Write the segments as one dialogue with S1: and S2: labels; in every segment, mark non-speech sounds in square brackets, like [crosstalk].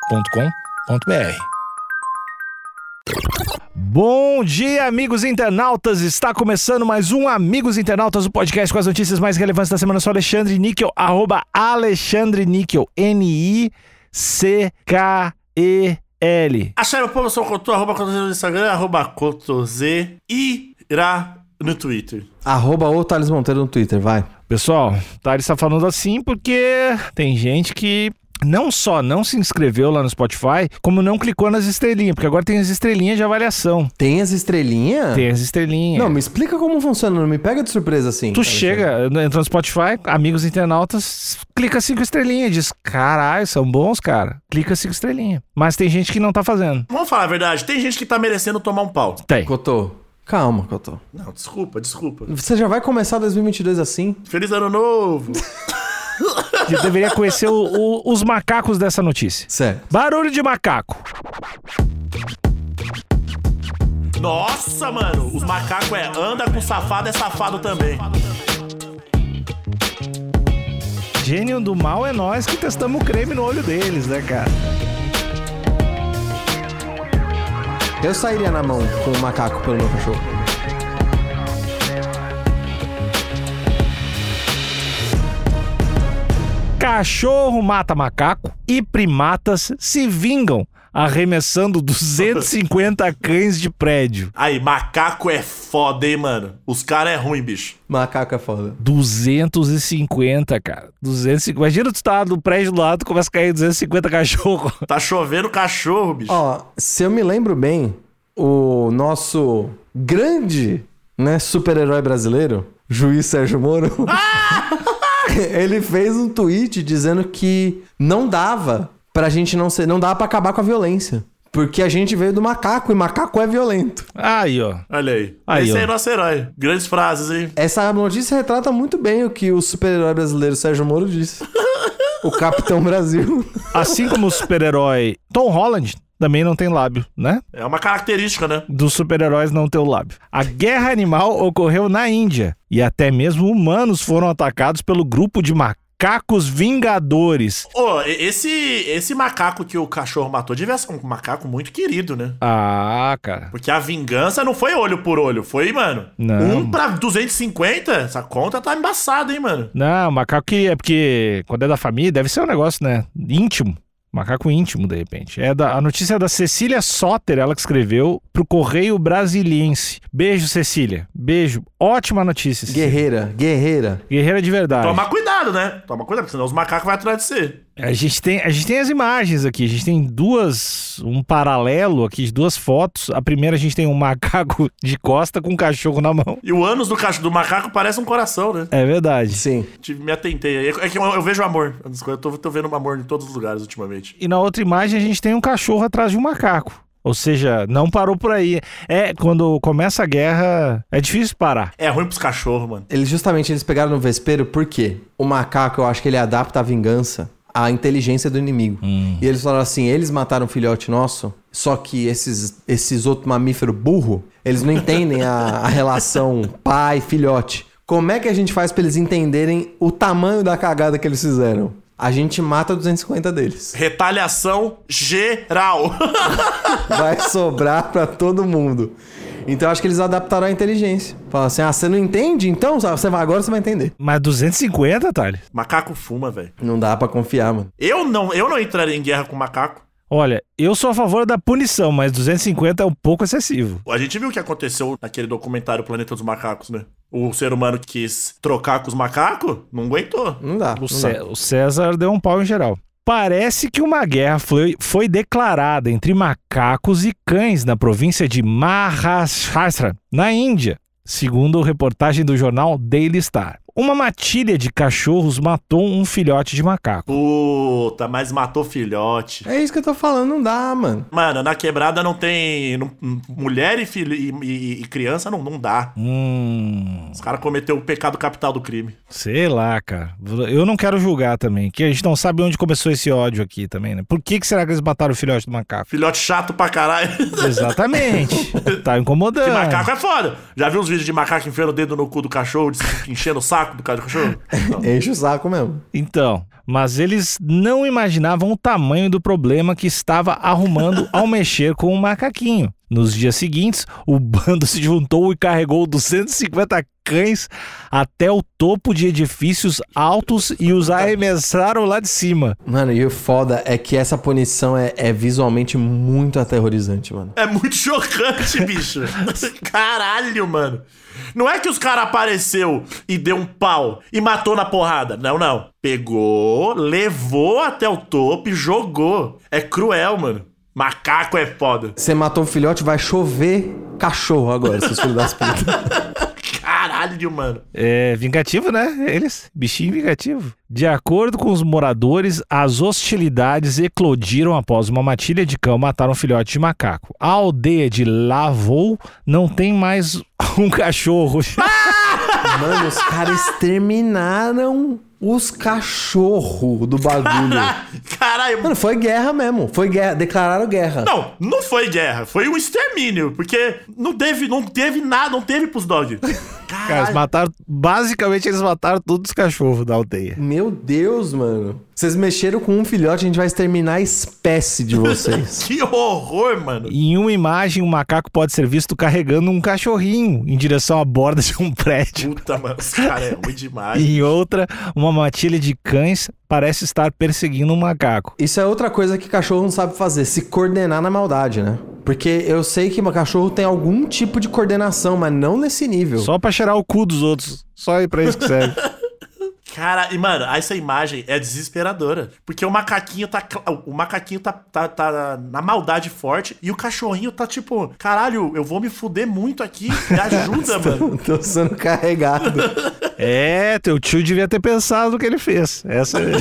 S1: agenciadepodcast.com.br.
S2: Bom dia, amigos internautas! Está começando mais um Amigos Internautas, o podcast com as notícias mais relevantes da semana. Eu sou Alexandre Níquel, arroba Alexandre Níquel, N-I-C-K-E-L.
S3: Acharam o Paulo São Couto, arroba Cotoseiro no Instagram, arroba Cotoseiro e Irá no Twitter.
S4: Arroba o Thales Monteiro no Twitter, vai.
S2: Pessoal, o Thales está falando assim porque tem gente que não só não se inscreveu lá no Spotify, como não clicou nas estrelinhas, porque agora tem as estrelinhas de avaliação.
S4: Tem as estrelinhas?
S2: Tem as estrelinhas.
S4: Ah. Não, me explica como funciona, não me pega de surpresa assim.
S2: Tu
S4: Alexandre.
S2: chega, né, entra no Spotify, amigos internautas, clica cinco estrelinhas, diz, caralho, são bons, cara. Clica cinco estrelinhas. Mas tem gente que não tá fazendo.
S3: Vamos falar a verdade, tem gente que tá merecendo tomar um pau.
S2: Tem.
S4: Cotô, calma, Cotô.
S3: Não, desculpa, desculpa.
S4: Você já vai começar 2022 assim?
S3: Feliz
S2: [laughs]
S3: ano novo!
S2: Você deveria conhecer o- o- os macacos dessa notícia.
S4: Certo.
S2: Barulho de macaco.
S3: Nossa, mano, os macacos é anda com safado é safado também.
S2: Gênio do mal é nós que testamos o creme no olho deles, né, cara?
S4: Eu sairia na mão com o macaco pelo meu cachorro.
S2: Cachorro mata macaco e primatas se vingam arremessando 250 cães de prédio.
S3: Aí, macaco é foda, hein, mano. Os caras é ruim, bicho.
S4: Macaco é foda.
S2: 250, cara. 250. Imagina tu tá no prédio do lado, começa a cair 250 [laughs] cachorro.
S3: Tá chovendo cachorro, bicho.
S4: Ó, se eu me lembro bem, o nosso grande, né, super-herói brasileiro, juiz Sérgio Moro, [laughs] ele fez um tweet dizendo que não dava pra gente não ser, não dava pra acabar com a violência. Porque a gente veio do macaco e macaco é violento.
S2: Aí, ó.
S3: Olha aí.
S2: Aí,
S3: Esse aí
S2: ó.
S3: é nosso herói. Grandes frases, hein?
S4: Essa notícia retrata muito bem o que o super-herói brasileiro Sérgio Moro disse. o Capitão Brasil.
S2: Assim como o super-herói Tom Holland também não tem lábio, né?
S3: É uma característica, né?
S2: Dos super-heróis não ter o lábio. A guerra animal ocorreu na Índia e até mesmo humanos foram atacados pelo grupo de macacos vingadores.
S3: Ô, e- esse, esse macaco que o cachorro matou devia ser um macaco muito querido, né?
S2: Ah, cara.
S3: Porque a vingança não foi olho por olho, foi, mano.
S2: Não.
S3: Um pra 250, essa conta tá embaçada, hein, mano.
S2: Não, macaco que é porque quando é da família deve ser um negócio, né? Íntimo. Macaco íntimo, de repente. É da, a notícia é da Cecília Soter, ela que escreveu pro Correio Brasiliense. Beijo, Cecília. Beijo. Ótima notícia. Cecília.
S4: Guerreira, guerreira.
S2: Guerreira de verdade.
S3: Toma cuidado, né? Toma cuidado, porque senão os macacos vão atrás de você.
S2: A gente, tem, a gente tem as imagens aqui, a gente tem duas, um paralelo aqui, de duas fotos. A primeira a gente tem um macaco de costa com um cachorro na mão.
S3: E o ânus do, cacho, do macaco parece um coração, né?
S2: É verdade.
S4: Sim.
S3: Te- Me atentei aí. É que eu, eu vejo amor. Eu tô, tô vendo amor em todos os lugares ultimamente.
S2: E na outra imagem a gente tem um cachorro atrás de um macaco. Ou seja, não parou por aí. É, quando começa a guerra, é difícil parar.
S3: É ruim pros cachorros, mano.
S4: Eles justamente eles pegaram no vespeiro porque o macaco, eu acho que ele adapta a vingança à inteligência do inimigo. E eles falaram assim: eles mataram um filhote nosso, só que esses, esses outros mamíferos burro, eles não entendem a, a relação pai-filhote. Como é que a gente faz pra eles entenderem o tamanho da cagada que eles fizeram? A gente mata 250 deles.
S3: Retaliação geral. [laughs]
S4: Vai sobrar pra todo mundo. Então eu acho que eles adaptaram a inteligência. Falaram assim: ah, você não entende? Então você vai, agora você vai entender.
S2: Mas 250, Thales?
S3: macaco fuma, velho.
S4: Não dá pra confiar, mano.
S3: Eu não, eu não entraria em guerra com macaco.
S2: Olha, eu sou a favor da punição, mas 250 é um pouco excessivo.
S3: A gente viu o que aconteceu naquele documentário Planeta dos Macacos, né? O ser humano que quis trocar com os macacos, não aguentou.
S4: Não dá.
S2: O,
S4: não
S2: Cé-
S4: dá.
S2: o César deu um pau em geral. Parece que uma guerra foi, foi declarada entre macacos e cães na província de Maharashtra, na Índia, segundo reportagem do jornal Daily Star. Uma matilha de cachorros matou um filhote de macaco.
S3: Puta, mas matou filhote.
S4: É isso que eu tô falando, não dá, mano.
S3: Mano, na quebrada não tem. não- mulher e, filho, e, e- e criança não, não dá.
S2: Hum,
S3: Os caras cometeu o pecado capital do crime.
S2: sei lá, cara. Eu não quero julgar também, que a gente não sabe onde começou esse ódio aqui também, né? Por que, que será que eles mataram o filhote do macaco?
S3: Filhote chato pra caralho. [laughs]
S2: Exatamente. tá
S3: Que
S2: incomodando.
S3: é? macaco é foda. Já viu os vídeos de macaco enfiando o dedo no cu do cachorro, de- enchendo o saco do cara de cachorro? Não.
S4: Enche o saco mesmo.
S2: Então, mas eles não imaginavam o tamanho do problema que estava arrumando ao mexer com o macaquinho. Nos dias seguintes, o bando se juntou e carregou 250 cães até o topo de edifícios altos e os arremessaram lá de cima.
S4: Mano, e o foda é que essa punição é, é visualmente muito aterrorizante, mano.
S3: É muito chocante, bicho. Caralho, mano. Não é que os caras apareceu e deu um pau e matou na porrada. Não, não. Pegou, levou até o topo e jogou. É cruel, mano. Macaco é foda.
S4: Você matou um filhote, vai chover cachorro agora, seus filhos das putas.
S3: Caralho, mano.
S2: É vingativo, né? Eles, bichinho vingativo. De acordo com os moradores, as hostilidades eclodiram após uma matilha de cão matar um filhote de macaco. A aldeia de Lavou não tem mais [laughs] um cachorro.
S4: [laughs] Mano, os caras exterminaram os cachorros do bagulho.
S3: Caralho.
S4: Mano, foi guerra mesmo. Foi guerra. Declararam guerra.
S3: Não, não foi guerra. Foi um extermínio. Porque não teve, não teve nada, não teve pros dogs.
S2: Cara, eles
S3: Caralho.
S2: mataram, basicamente eles mataram todos os cachorros da aldeia.
S4: Meu Deus, mano. Vocês mexeram com um filhote, a gente vai exterminar a espécie de vocês.
S3: Que horror, mano.
S2: Em uma imagem, um macaco pode ser visto carregando um cachorrinho em direção à borda de um [laughs] prédio.
S3: Puta, mano. Os caras é ruim demais.
S2: Em outra, uma matilha de cães parece estar perseguindo um macaco.
S4: Isso é outra coisa que cachorro não sabe fazer, se coordenar na maldade, né? Porque eu sei que meu cachorro tem algum tipo de coordenação, mas não nesse nível. [laughs]
S2: Só pra cheirar o cu dos outros. Só é pra isso que serve.
S3: Cara, e mano, essa imagem é desesperadora. Porque o macaquinho tá. cla- O macaquinho tá, tá, tá na maldade forte e o cachorrinho tá tipo, caralho, eu vou me fuder muito aqui. Me
S4: [laughs]
S3: ajuda, mano.
S4: Tô sendo carregado.
S2: [laughs] é, teu tio devia ter pensado no que ele fez. Essa [laughs] é...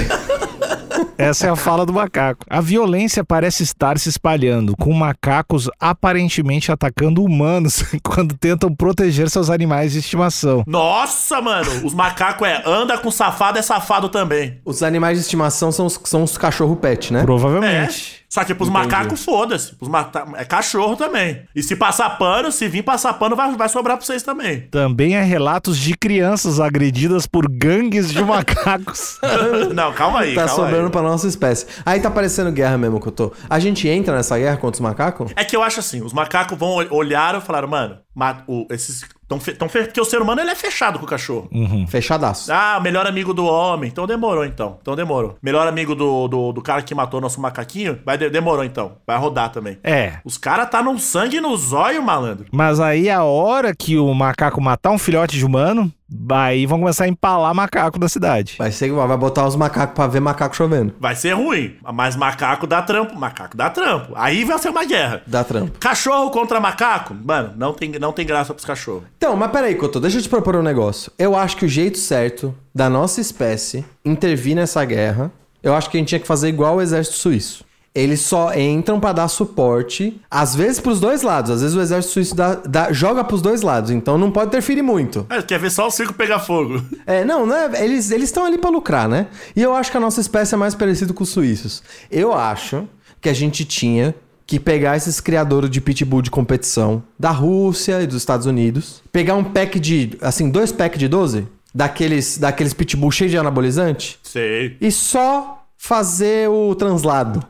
S2: Essa é a fala do macaco. A violência parece estar se espalhando, com macacos aparentemente atacando humanos [laughs] quando tentam proteger seus animais de estimação.
S3: Nossa, mano. Os macacos é anda com safado, é safado também.
S4: Os animais de estimação são os, são os cachorro pet, né?
S3: É.
S2: Provavelmente.
S3: Só que pros macacos, foda-se. Pros mata... É cachorro também. E se passar pano, se vir passar pano, vai, vai sobrar pra vocês também.
S4: [laughs]
S2: Também há relatos de crianças agredidas por gangues de macacos. [laughs]
S3: Não, calma aí,
S4: Tá
S3: calma aí.
S4: sobrando pra nossa espécie. Aí tá parecendo guerra mesmo que eu tô. A gente entra nessa guerra contra os macacos?
S3: É que eu acho assim, os macacos vão ol- olharam e falaram, mano, ma- o- esses. Tão fe- tão fe- porque o ser humano ele é fechado com o cachorro.
S4: Fechadaço.
S3: Ah, melhor amigo do homem. Então demorou, então. Então demorou. Melhor amigo do, do, do cara que matou nosso macaquinho. Vai de- demorou, então. Vai rodar também.
S2: é.
S3: Os caras tá num sangue no zóio, malandro.
S2: Mas aí a hora que o macaco matar um filhote de humano, aí vão começar a empalar macaco da cidade.
S4: Vai ser igual, vai botar os macacos pra ver macaco chovendo.
S3: Vai ser ruim. Mas macaco dá trampo. Macaco dá trampo. Aí vai ser uma guerra.
S4: Dá trampo.
S3: Cachorro contra macaco? Mano, não tem, não tem graça pros cachorros.
S4: Então, mas peraí, Cotô, deixa eu te propor um negócio. Eu acho que o jeito certo da nossa espécie intervir nessa guerra, eu acho que a gente tinha que fazer igual o exército suíço. Eles só entram pra dar suporte, às vezes pros dois lados. Às vezes o exército suíço dá, dá, joga pros dois lados, então não pode interferir muito.
S3: Ah, Quer ver só o circo pegar fogo? [laughs]
S4: É, não, né? Eles eles estão ali pra lucrar, né? E eu acho que a nossa espécie é mais parecida com os suíços. Eu acho que a gente tinha que pegar esses criadores de pitbull de competição da Rússia e dos Estados Unidos, pegar um pack de, assim, dois packs de 12 daqueles daqueles pitbull cheio de anabolizante
S3: Sei.
S4: e só fazer o translado.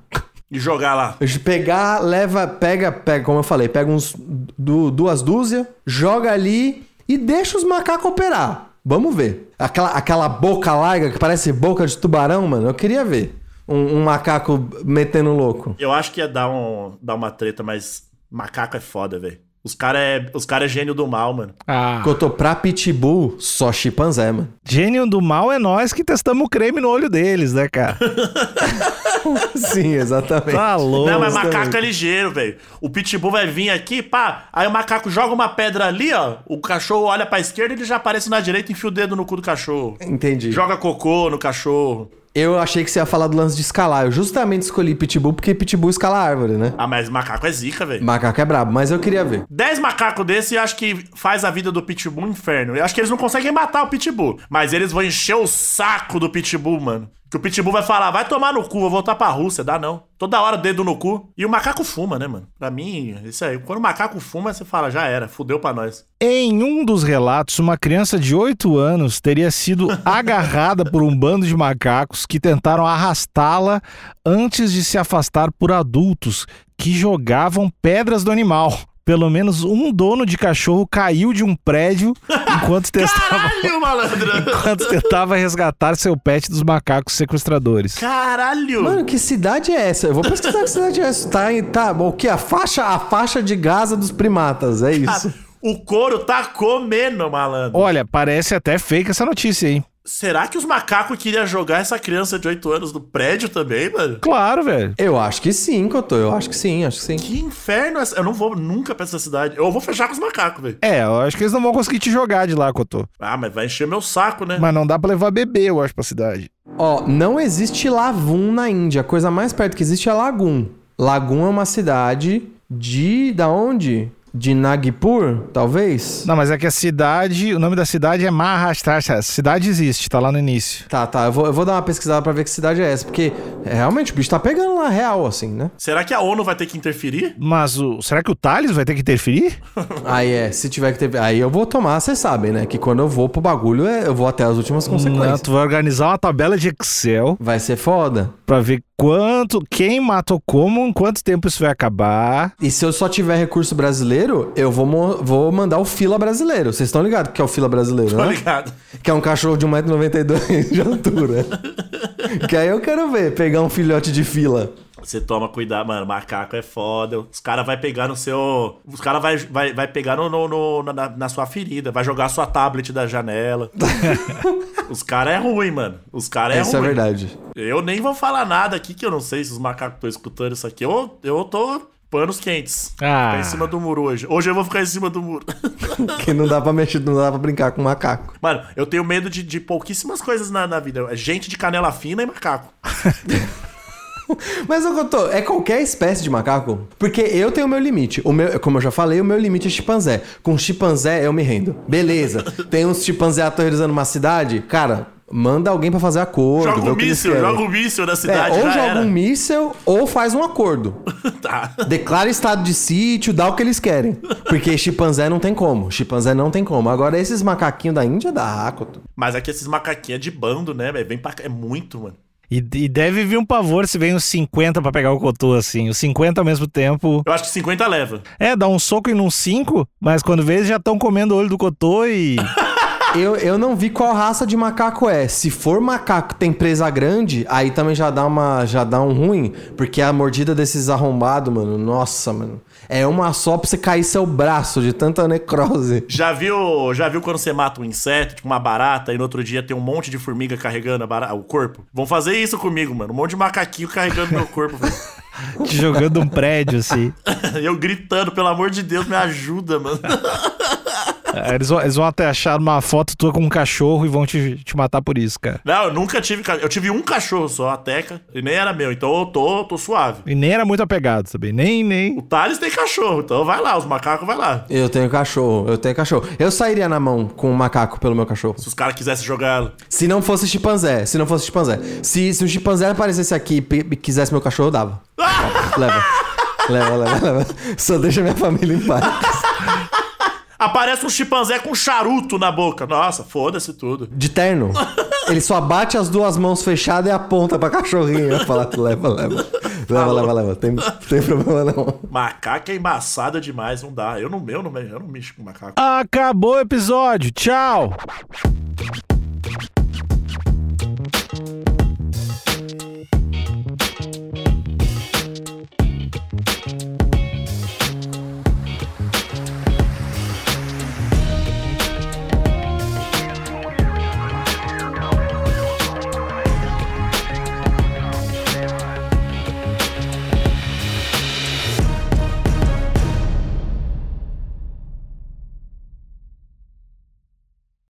S3: E jogar lá.
S4: Pegar, leva, pega, pega, como eu falei, pega uns du- duas dúzias, joga ali e deixa os macacos operar. Vamos ver. Aquela, aquela boca larga que parece boca de tubarão, mano, eu queria ver. Um, um macaco metendo louco.
S3: Eu acho que ia dar, um, dar uma treta, mas macaco é foda, velho. Os caras é, os cara é gênio do mal, mano.
S2: Ah.
S4: Cotô pra pitbull, só chimpanzé, mano. [laughs]
S2: Gênio do mal é nós que testamos o creme no olho deles, né, cara?
S4: Sim, exatamente.
S2: [laughs] Tá louco.
S3: Não, mas macaco é ligeiro, velho. O pitbull vai vir aqui, pá. Aí o macaco joga uma pedra ali, ó. O cachorro olha pra esquerda, ele já aparece na direita e enfia o dedo no cu do cachorro.
S4: Entendi.
S3: Joga cocô no cachorro.
S4: Eu achei que você ia falar do lance de escalar. Eu justamente escolhi pitbull porque pitbull escala árvore, né?
S3: Ah, mas macaco é zica, velho.
S4: Macaco é brabo, mas eu queria ver.
S3: Dez macacos desse, eu acho que faz a vida do Pitbull um inferno. Eu acho que eles não conseguem matar o Pitbull. Mas eles vão encher o saco do Pitbull, mano. Que o Pitbull vai falar, vai tomar no cu, vou voltar pra Rússia. Dá não. Toda hora dedo no cu. E o macaco fuma, né, mano? Pra mim, isso aí. Quando o macaco fuma, você fala, já era, fudeu pra nós.
S2: Em um dos relatos, uma criança de 8 anos teria sido [laughs] agarrada por um bando de macacos que tentaram arrastá-la antes de se afastar por adultos que jogavam pedras do animal. Pelo menos um dono de cachorro caiu de um [laughs] prédio enquanto testava,
S3: Caralho, malandro!
S2: enquanto tentava resgatar seu pet dos macacos sequestradores.
S3: Caralho!
S4: Mano, que cidade é essa? Eu vou pesquisar que cidade é essa. Tá, em- tá bom, o que? A faixa, a faixa de Gaza dos primatas, é isso.
S3: O couro tá comendo, malandro.
S2: Olha, parece até fake essa notícia, hein?
S3: Será que os macacos queriam jogar essa criança de 8 anos no prédio também, mano?
S2: Claro, velho.
S4: Eu acho que sim, Cotô. Eu acho que sim, acho que sim.
S3: Que inferno é essa? Eu não vou nunca pra essa cidade. Eu vou fechar com os macacos, velho.
S2: É, eu acho que eles não vão conseguir te jogar de lá, Cotô.
S3: Ah, mas vai encher meu saco, né?
S2: Mas não dá pra levar bebê, eu acho, pra cidade.
S4: Ó, não existe Lavum na Índia. A coisa mais perto que existe é Lagum. Lagum é uma cidade de. da onde? De Nagpur, talvez?
S2: Não, mas é que a cidade, o nome da cidade é Maharashtra. A cidade existe, tá lá no início.
S4: Tá, tá. Eu vou, eu vou dar uma pesquisada pra ver que cidade é essa. Porque é, realmente o bicho tá pegando lá real, assim, né?
S3: Será que a ONU vai ter que interferir?
S2: Mas o, será que o Thales vai ter que interferir?
S4: Aí é, se tiver que ter. Aí eu vou tomar, vocês sabem, né? Que quando eu vou pro bagulho, é- eu vou até as últimas
S2: Não,
S4: consequências.
S2: tu vai organizar uma tabela de Excel
S4: Vai ser foda.
S2: pra ver quanto, quem matou como, em quanto tempo isso vai acabar.
S4: E se eu só tiver recurso brasileiro, eu vou, mo- vou mandar o fila brasileiro. Vocês estão ligados que é o fila brasileiro,
S3: Tá
S4: né?
S3: ligado?
S4: Que é um cachorro de 1,92m de
S3: [laughs]
S4: altura. que aí eu quero ver, pegar um filhote de fila.
S3: Você toma cuidado, mano. Macaco é foda. Os caras vai pegar no seu. Os caras vai, vai, vai pegar no, no- no- na, na sua ferida. Vai jogar a sua tablet da
S4: [laughs]
S3: janela. Os caras é ruim, mano. Os caras é
S4: Isso é
S3: ruim.
S4: verdade.
S3: Eu nem vou falar nada aqui que eu não sei se os macacos estão escutando isso aqui. Eu, eu tô panos quentes.
S2: Ah.
S3: Ficar em cima do muro hoje. Hoje eu vou ficar em cima do muro.
S4: Que não dá pra mexer, não dá pra brincar com macaco.
S3: Mano, eu tenho medo de, de pouquíssimas coisas na, na vida. Gente de canela fina e macaco.
S4: Mas eu contou, é qualquer espécie de macaco? Porque eu tenho o meu limite. O meu, como eu já falei, o meu limite é chimpanzé. Com chimpanzé eu me rendo. Beleza. Tem uns chimpanzé aterrorizando uma cidade, cara, manda alguém pra fazer acordo.
S3: Joga
S4: ver
S3: um
S4: o que eles
S3: míssil,
S4: querem.
S3: joga um míssil na
S4: É,
S3: cidade.
S4: ou
S3: já
S4: joga
S3: era.
S4: um míssel ou faz um acordo.
S3: [laughs] Tá.
S4: Declara estado de sítio, dá o que eles querem. Porque chimpanzé não tem como. Chimpanzé não tem como. Agora, esses macaquinhos da Índia dá raco.
S3: Mas é que esses macaquinhos é de bando, né, velho? Vem pra cá. É muito, mano.
S2: E, e deve vir um pavor se vem os 50 pra pegar o Cotô, assim. Os 50 ao mesmo tempo.
S3: Eu acho que 50 leva.
S2: É, dá um soco e num 5, mas quando vê, eles já estão comendo o olho do Cotô e.
S4: Eu, eu não vi qual raça de macaco é. Se for macaco que tem presa grande, aí também já dá uma já dá um ruim, porque a mordida desses arrombados, mano, nossa, mano. É uma só pra você cair seu braço de tanta necrose.
S3: Já viu, já viu quando você mata um inseto, tipo uma barata, e no outro dia tem um monte de formiga carregando a bara- o corpo? Vão fazer isso comigo, mano. Um monte de macaquinho carregando meu corpo. velho. [laughs]
S2: te jogando um prédio, assim.
S3: Eu gritando, pelo amor de Deus, me ajuda, mano. [laughs]
S2: É, Eles vão, eles vão até achar uma foto tua com um cachorro e vão te, te matar por isso, cara.
S3: Não, eu nunca tive cachorro. Eu tive um cachorro só, a Teca, e nem era meu, então eu tô, tô suave.
S2: E nem era muito apegado, sabe? Nem, nem.
S3: O Thales tem cachorro, então vai lá, os macacos vai lá.
S4: Eu tenho cachorro, eu tenho cachorro. Eu sairia na mão com um macaco pelo meu cachorro.
S3: Se os caras quisessem jogar.
S4: Se não fosse chimpanzé, se não fosse chimpanzé. Se, se um chimpanzé aparecesse aqui e pe- e quisesse meu cachorro, eu dava. Leva. Leva, leva, leva. Só deixa minha família em paz.
S3: Aparece um chimpanzé com charuto na boca. Nossa, foda-se tudo.
S4: De terno. Ele só bate as duas mãos fechadas e aponta pra cachorrinho. Eu falo, leva, leva. Leva, leva, leva. Tem, tem problema não.
S3: Macaco é embaçado demais, não dá. Eu não, eu não, eu não mexo com macaco.
S2: Acabou o episódio. Tchau.